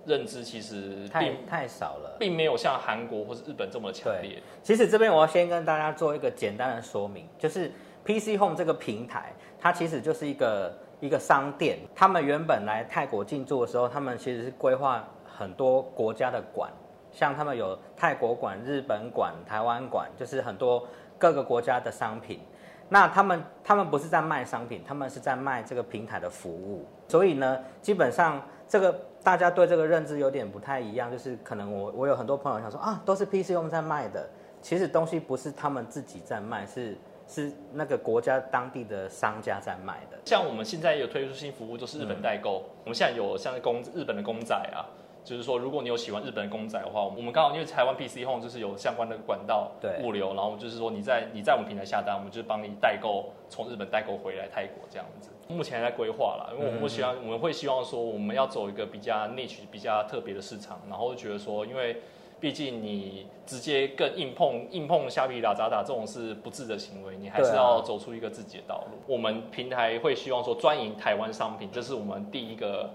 [SPEAKER 3] 认知其实
[SPEAKER 2] 太
[SPEAKER 3] 并
[SPEAKER 2] 太少了。
[SPEAKER 3] 并没有像韩国或是日本这么强烈。
[SPEAKER 2] 其实这边我要先跟大家做一个简单的说明，就是 PC Home 这个平台，它其实就是一个一个商店。他们原本来泰国进驻的时候，他们其实是规划很多国家的馆，像他们有泰国馆、日本馆、台湾馆，就是很多各个国家的商品。那他们他们不是在卖商品，他们是在卖这个平台的服务。所以呢，基本上这个大家对这个认知有点不太一样，就是可能我我有很多朋友想说啊，都是 PC 用在卖的，其实东西不是他们自己在卖，是是那个国家当地的商家在卖的。
[SPEAKER 3] 像我们现在有推出新服务，就是日本代购。我们现在有像是公日本的公仔啊，就是说如果你有喜欢日本的公仔的话，我们刚好因为台湾 PC Home 就是有相关的管道
[SPEAKER 2] 对
[SPEAKER 3] 物流，然后就是说你在你在我们平台下单，我们就是帮你代购从日本代购回来泰国这样子。目前还在规划啦，因为我们会希望、我们会希望说我们要走一个比较 niche、比较特别的市场，然后觉得说因为。毕竟你直接更硬碰硬碰虾皮、拉扎达这种是不智的行为，你还
[SPEAKER 2] 对啊
[SPEAKER 3] 是要走出一个自己的道路。我们平台会希望说专营台湾商品，这是我们第一个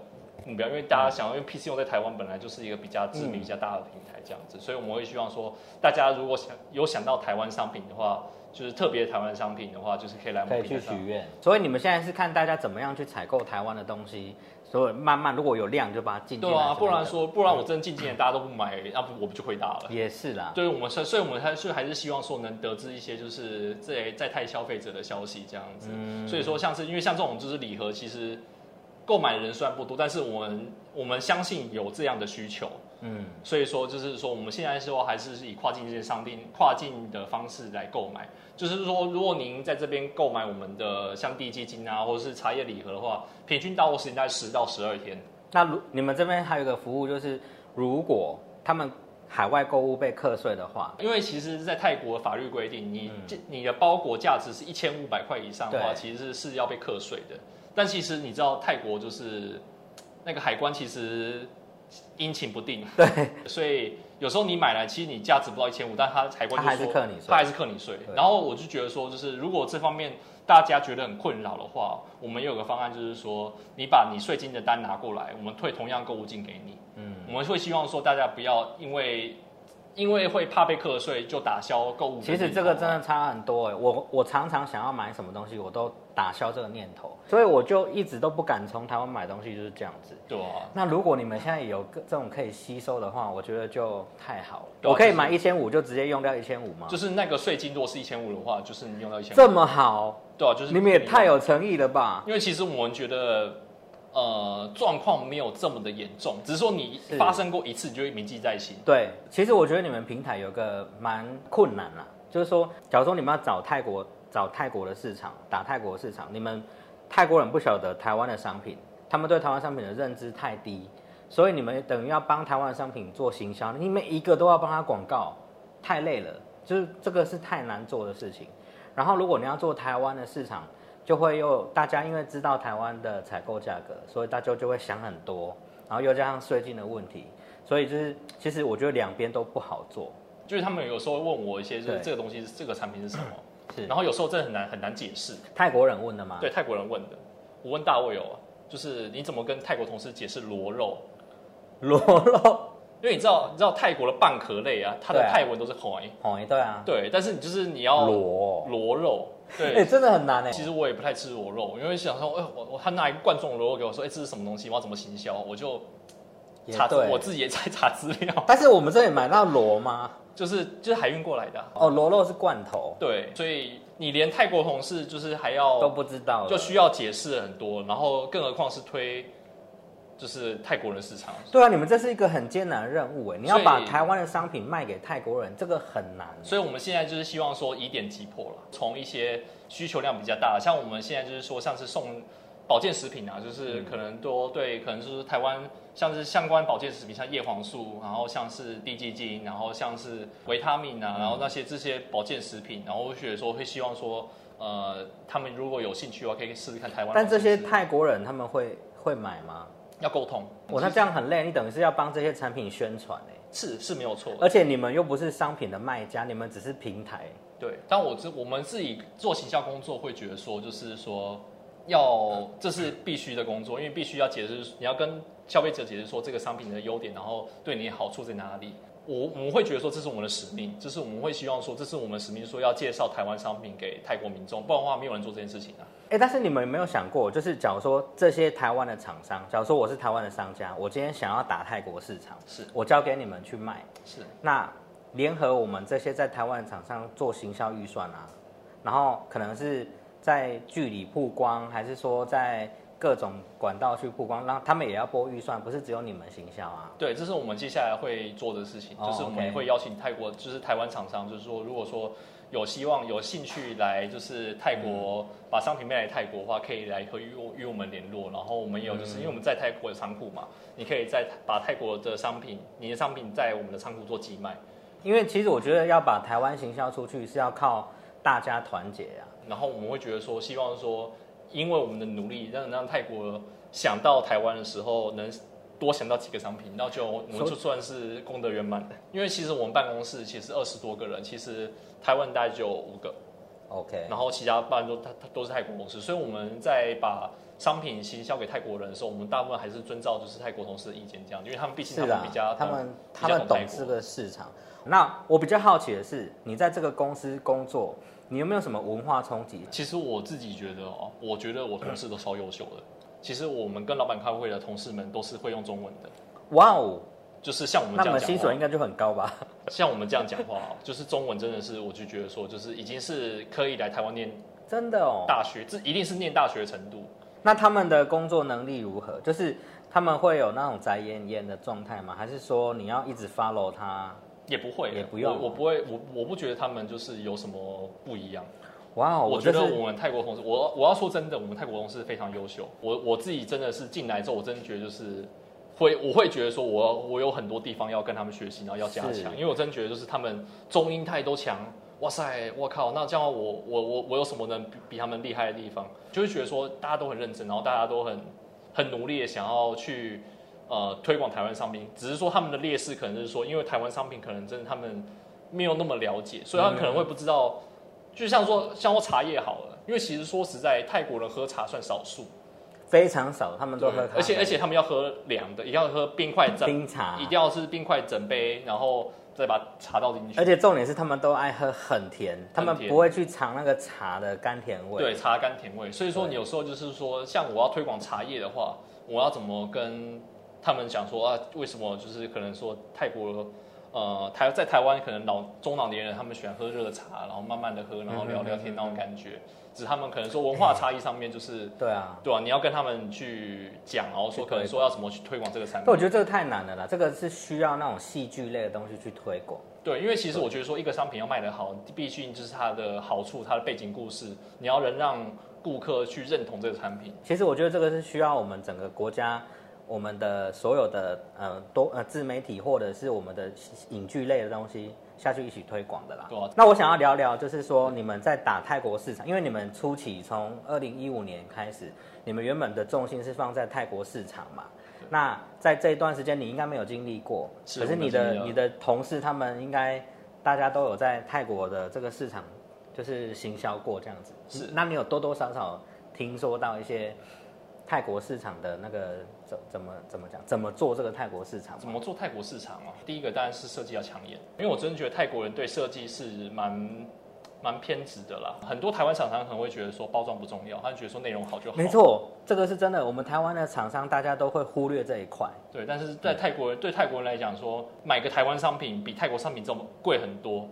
[SPEAKER 3] 目标，因为大家想要，因为 PC 用在台湾本来就是一个比较知名、比较大的平台这样子，所以我们会希望说，大家如果想有想到台湾商品的话，就是特别台湾商品的话，就是可以来我
[SPEAKER 2] 可
[SPEAKER 3] 们
[SPEAKER 2] 以
[SPEAKER 3] 平
[SPEAKER 2] 去
[SPEAKER 3] 台
[SPEAKER 2] 许
[SPEAKER 3] 上。
[SPEAKER 2] 愿。所以你们现在是看大家怎么样去采购台湾的东西，所以慢慢如果有量就把它进进
[SPEAKER 3] 对
[SPEAKER 2] 来。
[SPEAKER 3] 啊，不然说不然我真的进今年大家都不买，要不我不就亏大了。
[SPEAKER 2] 也是啦。
[SPEAKER 3] 对我们是，所以我们还是还是希望说能得知一些就是在在泰消费者的消息这样子。所以说像是因为像这种就是礼盒，其实购买的人虽然不多，但是我们我们相信有这样的需求。
[SPEAKER 2] 嗯，
[SPEAKER 3] 所以说，就是说，我们现在说还是以跨境这些商店、跨境的方式来购买。就是说，如果您在这边购买我们的像地基金啊，或者是茶叶礼盒的话，平均到货时间大概十到十二天。
[SPEAKER 2] 那如你们这边还有一个服务就是，如果他们海外购物被课税的话，
[SPEAKER 3] 因为其实，在泰国的法律规定，你
[SPEAKER 2] 嗯
[SPEAKER 3] 这、你的包裹价值是一千五百块以上的话，
[SPEAKER 2] 对
[SPEAKER 3] 其实是要被课税的。但其实你知道，泰国就是那个海关其实阴晴不定，对， 所以有时候你买来，其实你价值不到一千五，但他海关就
[SPEAKER 2] 他还是
[SPEAKER 3] 说
[SPEAKER 2] 克你税
[SPEAKER 3] 他还是克你税。
[SPEAKER 2] 对
[SPEAKER 3] 然后我就觉得说，就是如果这方面大家觉得很困扰的话，我们有个方案就是说，你把你税金的单拿过来，我们退同样购物金给你。
[SPEAKER 2] 嗯，
[SPEAKER 3] 我们会希望说大家不要因为因为会怕被课税就打消购物的
[SPEAKER 2] 其
[SPEAKER 3] 念头。
[SPEAKER 2] 实这个真的差很多哎、我我常常想要买什么东西，我都打消这个念头，所以我就一直都不敢从台湾买东西，就是这样子。
[SPEAKER 3] 对啊，
[SPEAKER 2] 那如果你们现在有个这种可以吸收的话，我觉得就太好了。
[SPEAKER 3] 对啊
[SPEAKER 2] 我可以买一千五就直接用掉一千五吗？
[SPEAKER 3] 就是那个税金如果是一千五的话，就是你用到一千五，
[SPEAKER 2] 这么好，
[SPEAKER 3] 对啊，就是
[SPEAKER 2] 你们也太有诚意了吧！
[SPEAKER 3] 因为其实我们觉得。呃，状况没有这么的严重，只是说你
[SPEAKER 2] 是
[SPEAKER 3] 发生过一次，你就会铭记在心。
[SPEAKER 2] 对，其实我觉得你们平台有个蛮困难啦，就是说，假如说你们要找泰国找泰国的市场，打泰国的市场，你们泰国人不晓得台湾的商品，他们对台湾商品的认知太低，所以你们等于要帮台湾的商品做行销，你每一个都要帮他广告，太累了，就是这个是太难做的事情。然后如果你要做台湾的市场，就会又大家因为知道台湾的采购价格，所以大家就会想很多，然后又加上税金的问题，所以就是其实我觉得两边都不好做。
[SPEAKER 3] 就是他们有时候会问我一些，就是
[SPEAKER 2] 对
[SPEAKER 3] 这个东西是，这个产品是什么，
[SPEAKER 2] 是
[SPEAKER 3] 然后有时候真的很难很难解释。
[SPEAKER 2] 泰国人问的吗？
[SPEAKER 3] 对，泰国人问的，我问大卫哦，就是你怎么跟泰国同事解释螺肉？
[SPEAKER 2] 螺肉，
[SPEAKER 3] 因为你知道，你知道泰国的蚌壳类啊，它的
[SPEAKER 2] 对啊
[SPEAKER 3] 泰文都是 hoi，
[SPEAKER 2] 哦，也对啊，
[SPEAKER 3] 对，但是你就是你要
[SPEAKER 2] 螺，
[SPEAKER 3] 螺肉，
[SPEAKER 2] 哎、
[SPEAKER 3] 对。
[SPEAKER 2] 真的很难哎、
[SPEAKER 3] 其实我也不太吃螺肉，因为想说，哎、我我他拿一罐装螺肉给我说，哎、这是什么东西？我要怎么行销？我就
[SPEAKER 2] 也
[SPEAKER 3] 查资，
[SPEAKER 2] 哎对
[SPEAKER 3] 我自己也在查资料，
[SPEAKER 2] 但是我们这里买到螺吗？
[SPEAKER 3] 就是就是海运过来的啊、
[SPEAKER 2] 哦，螺肉是罐头，
[SPEAKER 3] 对，所以你连泰国同事就是还要
[SPEAKER 2] 都不知道了，
[SPEAKER 3] 哦就需要解释很多，然后更何况是推就是泰国人市场，
[SPEAKER 2] 对啊，你们这是一个很艰难的任务哎，你要
[SPEAKER 3] 所以
[SPEAKER 2] 把台湾的商品卖给泰国人，这个很难。
[SPEAKER 3] 所以我们现在就是希望说以点击破了，从一些需求量比较大，像我们现在就是说像是送保健食品啊，就是可能多对，可能就是台湾像是相关保健食品，像叶黄素，然后像是地基精，然后像是维他命
[SPEAKER 2] 嗯
[SPEAKER 3] 啊，然后那些这些保健食品，然后我觉得说会希望说。呃，他们如果有兴趣的话，可以试试看台湾保健
[SPEAKER 2] 但
[SPEAKER 3] 食
[SPEAKER 2] 这
[SPEAKER 3] 品。
[SPEAKER 2] 些泰国人他们会会买吗？
[SPEAKER 3] 要沟通，
[SPEAKER 2] 我那这样很累，你等于是要帮这些产品宣传哎、
[SPEAKER 3] 是是没有错的，
[SPEAKER 2] 而且你们又不是商品的卖家，你们只是平台。
[SPEAKER 3] 对，但我自我们自己做行销工作会觉得说，就是说要这是必须的工作，因为必须要解释，你要跟消费者解释说这个商品的优点，然后对你的好处在哪里。我我们会觉得说这是我们的使命，就是我们会希望说这是我们的使命，说要介绍台湾商品给泰国民众，不然的话没有人做这件事情啊。
[SPEAKER 2] 哎、但是你们有没有想过，就是假如说这些台湾的厂商，假如说我是台湾的商家，我今天想要打泰国市场，
[SPEAKER 3] 是
[SPEAKER 2] 我交给你们去卖，
[SPEAKER 3] 是，
[SPEAKER 2] 那联合我们这些在台湾的厂商做行销预算啊，然后可能是在剧里曝光，还是说在各种管道去曝光，让他们也要拨预算，不是只有你们行销啊？
[SPEAKER 3] 对，这是我们接下来会做的事情，
[SPEAKER 2] 哦
[SPEAKER 3] 就是我们
[SPEAKER 2] OK
[SPEAKER 3] 会邀请泰国，就是台湾厂商，就是说，如果说有希望、有兴趣来，就是泰
[SPEAKER 2] 嗯
[SPEAKER 3] 国、把商品卖来泰国的话，可以来和与我与我们联络。然后我们有，
[SPEAKER 2] 嗯
[SPEAKER 3] 就是、因为我们在泰国有仓库嘛，你可以在把泰国的商品、你的商品在我们的仓库做寄卖。
[SPEAKER 2] 因为其实我觉得要把台湾行销出去是要靠大家团结啊。
[SPEAKER 3] 然后我们会觉得说，希望说，因为我们的努力，让让泰国想到台湾的时候能。多想到几个商品，那就我们
[SPEAKER 2] 所以
[SPEAKER 3] 就算是功德圆满。因为其实我们办公室其实二十多个人，其实台湾大概就有五个，
[SPEAKER 2] OK，
[SPEAKER 3] 然后其他办都他他都是泰国公司，所以我们在把商品行销给泰国人的时候，我们大部分还是遵照就是泰国同事的意见这样，因为他们毕竟
[SPEAKER 2] 是
[SPEAKER 3] 他
[SPEAKER 2] 的
[SPEAKER 3] 们，比较
[SPEAKER 2] 他们他
[SPEAKER 3] 比较
[SPEAKER 2] 们懂
[SPEAKER 3] 泰国
[SPEAKER 2] 这个市场。那我比较好奇的是，你在这个公司工作，你有没有什么文化冲击？
[SPEAKER 3] 其实我自己觉得哦，我觉得我同事都超优秀的。其实我们跟老板开会的同事们都是会用中文的，
[SPEAKER 2] 哇哦，
[SPEAKER 3] 就是像我们
[SPEAKER 2] 那
[SPEAKER 3] 这
[SPEAKER 2] 你
[SPEAKER 3] 样
[SPEAKER 2] 们
[SPEAKER 3] 讲
[SPEAKER 2] 薪水
[SPEAKER 3] 话
[SPEAKER 2] 应，该就很高吧？
[SPEAKER 3] 像我们这样讲话哦， 就是中文真的是，我就觉得说，就是已经是可以来台湾念
[SPEAKER 2] 真的哦。
[SPEAKER 3] 大学，这一定是念大学的程度。
[SPEAKER 2] 那他们的工作能力如何？就是他们会有那种宅烟烟的状态吗？还是说你要一直 follow 他？
[SPEAKER 3] 也不会，
[SPEAKER 2] 也不用
[SPEAKER 3] 我，我不会，我我不觉得他们就是有什么不一样。
[SPEAKER 2] 哇哦，
[SPEAKER 3] 我
[SPEAKER 2] 这
[SPEAKER 3] 觉得
[SPEAKER 2] 是
[SPEAKER 3] 我们泰国同事，我我要说真的，我们泰国同事非常优秀。我我自己真的是进来之后，我真的觉得就是会我会觉得说我我有很多地方要跟他们学习，然后要加强，
[SPEAKER 2] 是
[SPEAKER 3] 因为我真觉得就是他们中英泰都强，哇塞，我靠，那这样我我我我有什么能比比他们厉害的地方？就会觉得说大家都很认真，然后大家都很很努力的想要去呃推广台湾商品，只是说他们的劣势可能就是说，因为台湾商品可能真的他们没有那么了解，所以他们可能会不知道，就像说像说茶叶好了，因为其实说实在，泰国人喝茶算少数。
[SPEAKER 2] 非常少，他们都
[SPEAKER 3] 对
[SPEAKER 2] 喝咖，啡，
[SPEAKER 3] 而且而且他们要喝凉的，一定要喝冰块整，
[SPEAKER 2] 冰茶
[SPEAKER 3] 一定要是冰块整杯，然后再把茶倒进去。
[SPEAKER 2] 而且重点是他们都爱喝很甜，他们
[SPEAKER 3] 很甜
[SPEAKER 2] 不会去尝那个茶的甘甜味。
[SPEAKER 3] 对，茶甘甜味，所以说
[SPEAKER 2] 对
[SPEAKER 3] 你有时候就是说，像我要推广茶叶的话，我要怎么跟他们讲说啊？为什么就是可能说泰国呃台在台湾可能老中老年人他们喜欢喝热茶，然后慢慢的喝，然后聊聊天那种感觉，
[SPEAKER 2] 嗯
[SPEAKER 3] 只是他们可能说文化差异上面就是。
[SPEAKER 2] 对啊，
[SPEAKER 3] 对啊，你要跟他们去讲，然后说可能说要怎么去推广这个产
[SPEAKER 2] 但
[SPEAKER 3] 品
[SPEAKER 2] 我。觉得这个太难了啦，这个是需要那种戏剧类的东西去推广。
[SPEAKER 3] 对，因为其实我觉得说一个商品要卖得好，毕竟就是它的好处、它的背景故事，你要能让顾客去认同这个产品。
[SPEAKER 2] 其实我觉得这个是需要我们整个国家，我们的所有的呃多呃自媒体或者是我们的影剧类的东西下去一起推广的啦。
[SPEAKER 3] 对啊
[SPEAKER 2] 那我想要聊聊，就是说你们在打泰国市场，因为你们初期从二零一五年开始，你们原本的重心是放在泰国市场嘛？那在这一段时间，你应该没有经历过，
[SPEAKER 3] 是
[SPEAKER 2] 可是
[SPEAKER 3] 我没
[SPEAKER 2] 你
[SPEAKER 3] 经
[SPEAKER 2] 的
[SPEAKER 3] 历啊
[SPEAKER 2] 你的同事他们应该大家都有在泰国的这个市场就是行销过这样子。
[SPEAKER 3] 是
[SPEAKER 2] 那你有多多少少听说到一些泰国市场的那个怎怎么怎么讲，怎么做这个泰国市场吗？
[SPEAKER 3] 怎么做泰国市场啊？第一个当然是设计要抢眼，因为我真的觉得泰国人对设计是蛮蛮偏执的啦。很多台湾厂商可能会觉得说包装不重要，他们觉得说内容好就好。
[SPEAKER 2] 没，错，这个是真的。我们台湾的厂商大家都会忽略这一块，
[SPEAKER 3] 对。但是
[SPEAKER 2] 嗯
[SPEAKER 3] 在泰国人对泰国人来讲说，买个台湾商品比泰国商品这么贵很多。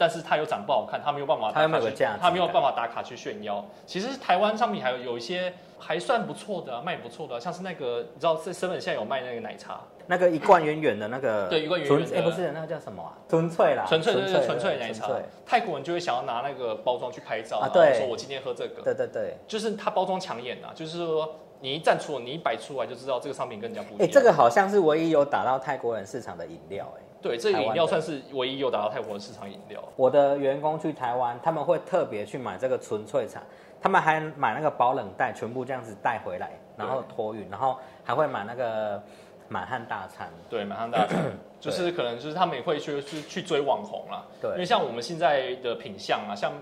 [SPEAKER 3] 但是它又长不好看，它没有办法
[SPEAKER 2] 它
[SPEAKER 3] 打
[SPEAKER 2] 又没
[SPEAKER 3] 卡
[SPEAKER 2] 有个
[SPEAKER 3] 去
[SPEAKER 2] 价值，
[SPEAKER 3] 它没有办法打卡去炫耀。其实台湾商品还有有一些还算不错的、啊，卖不错的啊、像是那个你知道在 seven 现在有卖那个奶茶，
[SPEAKER 2] 那个一罐圆圆的那个，
[SPEAKER 3] 对一罐圆圆的
[SPEAKER 2] 哎、不是那个叫什么啊？纯粹啦，
[SPEAKER 3] 纯粹就是纯
[SPEAKER 2] 纯
[SPEAKER 3] 粹
[SPEAKER 2] 粹
[SPEAKER 3] 的奶茶
[SPEAKER 2] 纯粹。
[SPEAKER 3] 泰国人就会想要拿那个包装去拍照，
[SPEAKER 2] 啊
[SPEAKER 3] 然后
[SPEAKER 2] 对
[SPEAKER 3] 说我今天喝这个，
[SPEAKER 2] 对对对，
[SPEAKER 3] 就是它包装抢眼啊，就是说你一站出，你一摆出来就知道这个商品跟人家不一
[SPEAKER 2] 哎、
[SPEAKER 3] 样。
[SPEAKER 2] 这个好像是唯一有打到泰国人市场的饮料、哎。
[SPEAKER 3] 对这个饮料
[SPEAKER 2] 台湾
[SPEAKER 3] 算是唯一有打到泰国的市场饮料。
[SPEAKER 2] 我的员工去台湾，他们会特别去买这个纯粹茶，他们还买那个保冷袋，全部这样子带回来，然后托运，然后还会买那个满汉大餐。
[SPEAKER 3] 对，马上大 家就是可能就是他们也会去去去追网红啦。
[SPEAKER 2] 对
[SPEAKER 3] 因为像我们现在的品相啊，像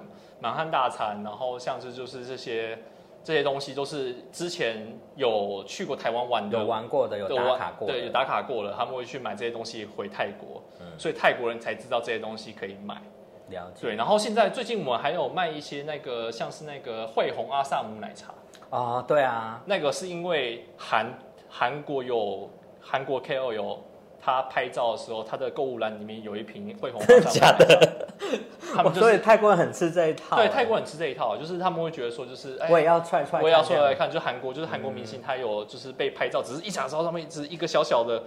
[SPEAKER 3] 满汉大餐，然后像是就是这些这些东西，都是之前有去过台湾玩的
[SPEAKER 2] 有玩过的，有
[SPEAKER 3] 对
[SPEAKER 2] 打
[SPEAKER 3] 玩
[SPEAKER 2] 卡过的，嗯
[SPEAKER 3] 对，有打卡过了，他们会去买这些东西回泰国，所以泰国人才知道这些东西可以买。
[SPEAKER 2] 了解。
[SPEAKER 3] 对，然后现在最近我们还有卖一些那个像是那个惠红阿萨姆奶茶，
[SPEAKER 2] 哦，对啊，
[SPEAKER 3] 那个是因为韩韩国有韩国 KOL 有他拍照的时候，他的购物栏里面有一瓶惠红阿萨姆奶茶，
[SPEAKER 2] 真的
[SPEAKER 3] 他们就
[SPEAKER 2] 哦所
[SPEAKER 3] 是
[SPEAKER 2] 以泰国人很吃这一套。哎
[SPEAKER 3] 对泰国人吃这一套，就是他们会觉得说就是哎
[SPEAKER 2] 我。也要踹踹看这样，
[SPEAKER 3] 我也要说来看，就韩国，就是韩国明星，他有就是被拍照，只是一张照上面只是一个小小的，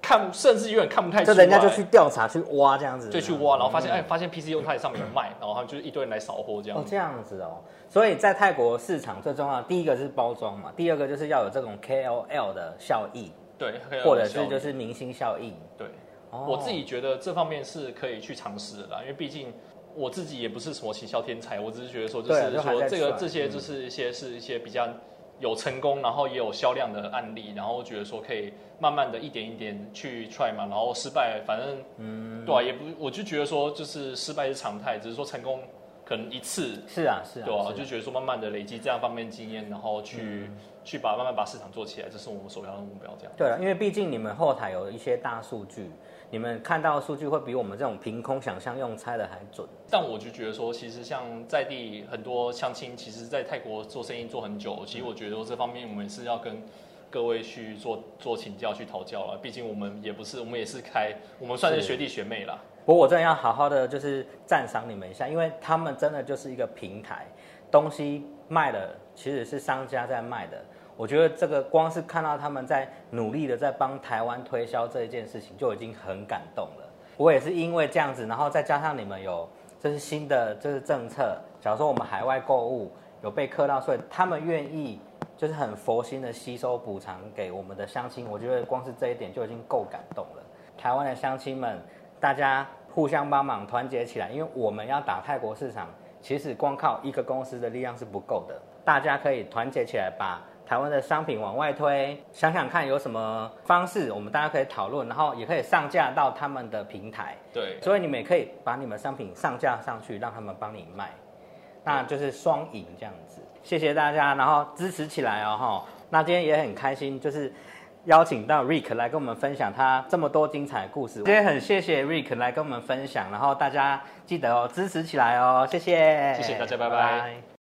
[SPEAKER 3] 看甚至有点看不太出
[SPEAKER 2] 这
[SPEAKER 3] 来。
[SPEAKER 2] 人家就去调查去挖这样子，
[SPEAKER 3] 就去挖，然后发现哎，发现 PC 用它上面有卖，然后他们就是一堆人来扫货这样
[SPEAKER 2] 哦，
[SPEAKER 3] 子。
[SPEAKER 2] 这样子哦。所以在泰国市场最重要的，第一个是包装嘛，第二个就是要有这种 KOL 的效益，
[SPEAKER 3] 对，可以
[SPEAKER 2] 或
[SPEAKER 3] 有
[SPEAKER 2] 者
[SPEAKER 3] 效
[SPEAKER 2] 是就
[SPEAKER 3] 率
[SPEAKER 2] 是明星效应。
[SPEAKER 3] 对，
[SPEAKER 2] 哦
[SPEAKER 3] 我自己觉得这方面是可以去尝试的啦，因为毕竟我自己也不是什么行销天才，我只是觉得说就
[SPEAKER 2] 对啊
[SPEAKER 3] 是
[SPEAKER 2] 就还
[SPEAKER 3] 说
[SPEAKER 2] 在
[SPEAKER 3] 这个
[SPEAKER 2] 算
[SPEAKER 3] 这些就是一些是一些比较有成功，然后也有销量的案例，然后觉得说可以慢慢的一点一点去 try 嘛，然后失败反正嗯，对啊，也不我就觉得说就是失败是常态，只是说成功可能一次
[SPEAKER 2] 是啊，是啊，嗯
[SPEAKER 3] 对啊，
[SPEAKER 2] 是
[SPEAKER 3] 就觉得说慢慢的累积这样方面经验，然后去、去把慢慢把市场做起来，这是我们首要的目标。这样
[SPEAKER 2] 对了，因为毕竟你们后台有一些大数据，你们看到的数据会比我们这种凭空想象用猜的还准。
[SPEAKER 3] 但我就觉得说，其实像在地很多相亲，其实在泰国做生意做很久，其实我觉得说这方面我们是要跟各位去做做请教、去讨教了。毕竟我们也不是，我们也是开，我们算是
[SPEAKER 2] 是
[SPEAKER 3] 学弟学妹啦。
[SPEAKER 2] 不过我真的要好好的就是赞赏你们一下，因为他们真的就是一个平台，东西卖的其实是商家在卖的。我觉得这个光是看到他们在努力的在帮台湾推销这一件事情，就已经很感动了。我也是因为这样子，然后再加上你们有这是新的这是政策，假如说我们海外购物有被课到税，他们愿意就是很佛心的吸收补偿给我们的乡亲，我觉得光是这一点就已经够感动了。台湾的乡亲们，大家互相帮忙，团结起来，因为我们要打泰国市场，其实光靠一个公司的力量是不够的，大家可以团结起来，把台湾的商品往外推，想想看有什么方式，我们大家可以讨论，然后也可以上架到他们的平台。
[SPEAKER 3] 对，
[SPEAKER 2] 所以你们也可以把你们商品上架上去，让他们帮你卖，那就是双赢这样子。谢谢大家，然后支持起来哦哈。那今天也很开心，就是邀请到 Rick 来跟我们分享他这么多精彩的故事。今天很谢谢 Rick 来跟我们分享，然后大家记得哦支持起来哦，谢谢，
[SPEAKER 3] 谢谢大家拜拜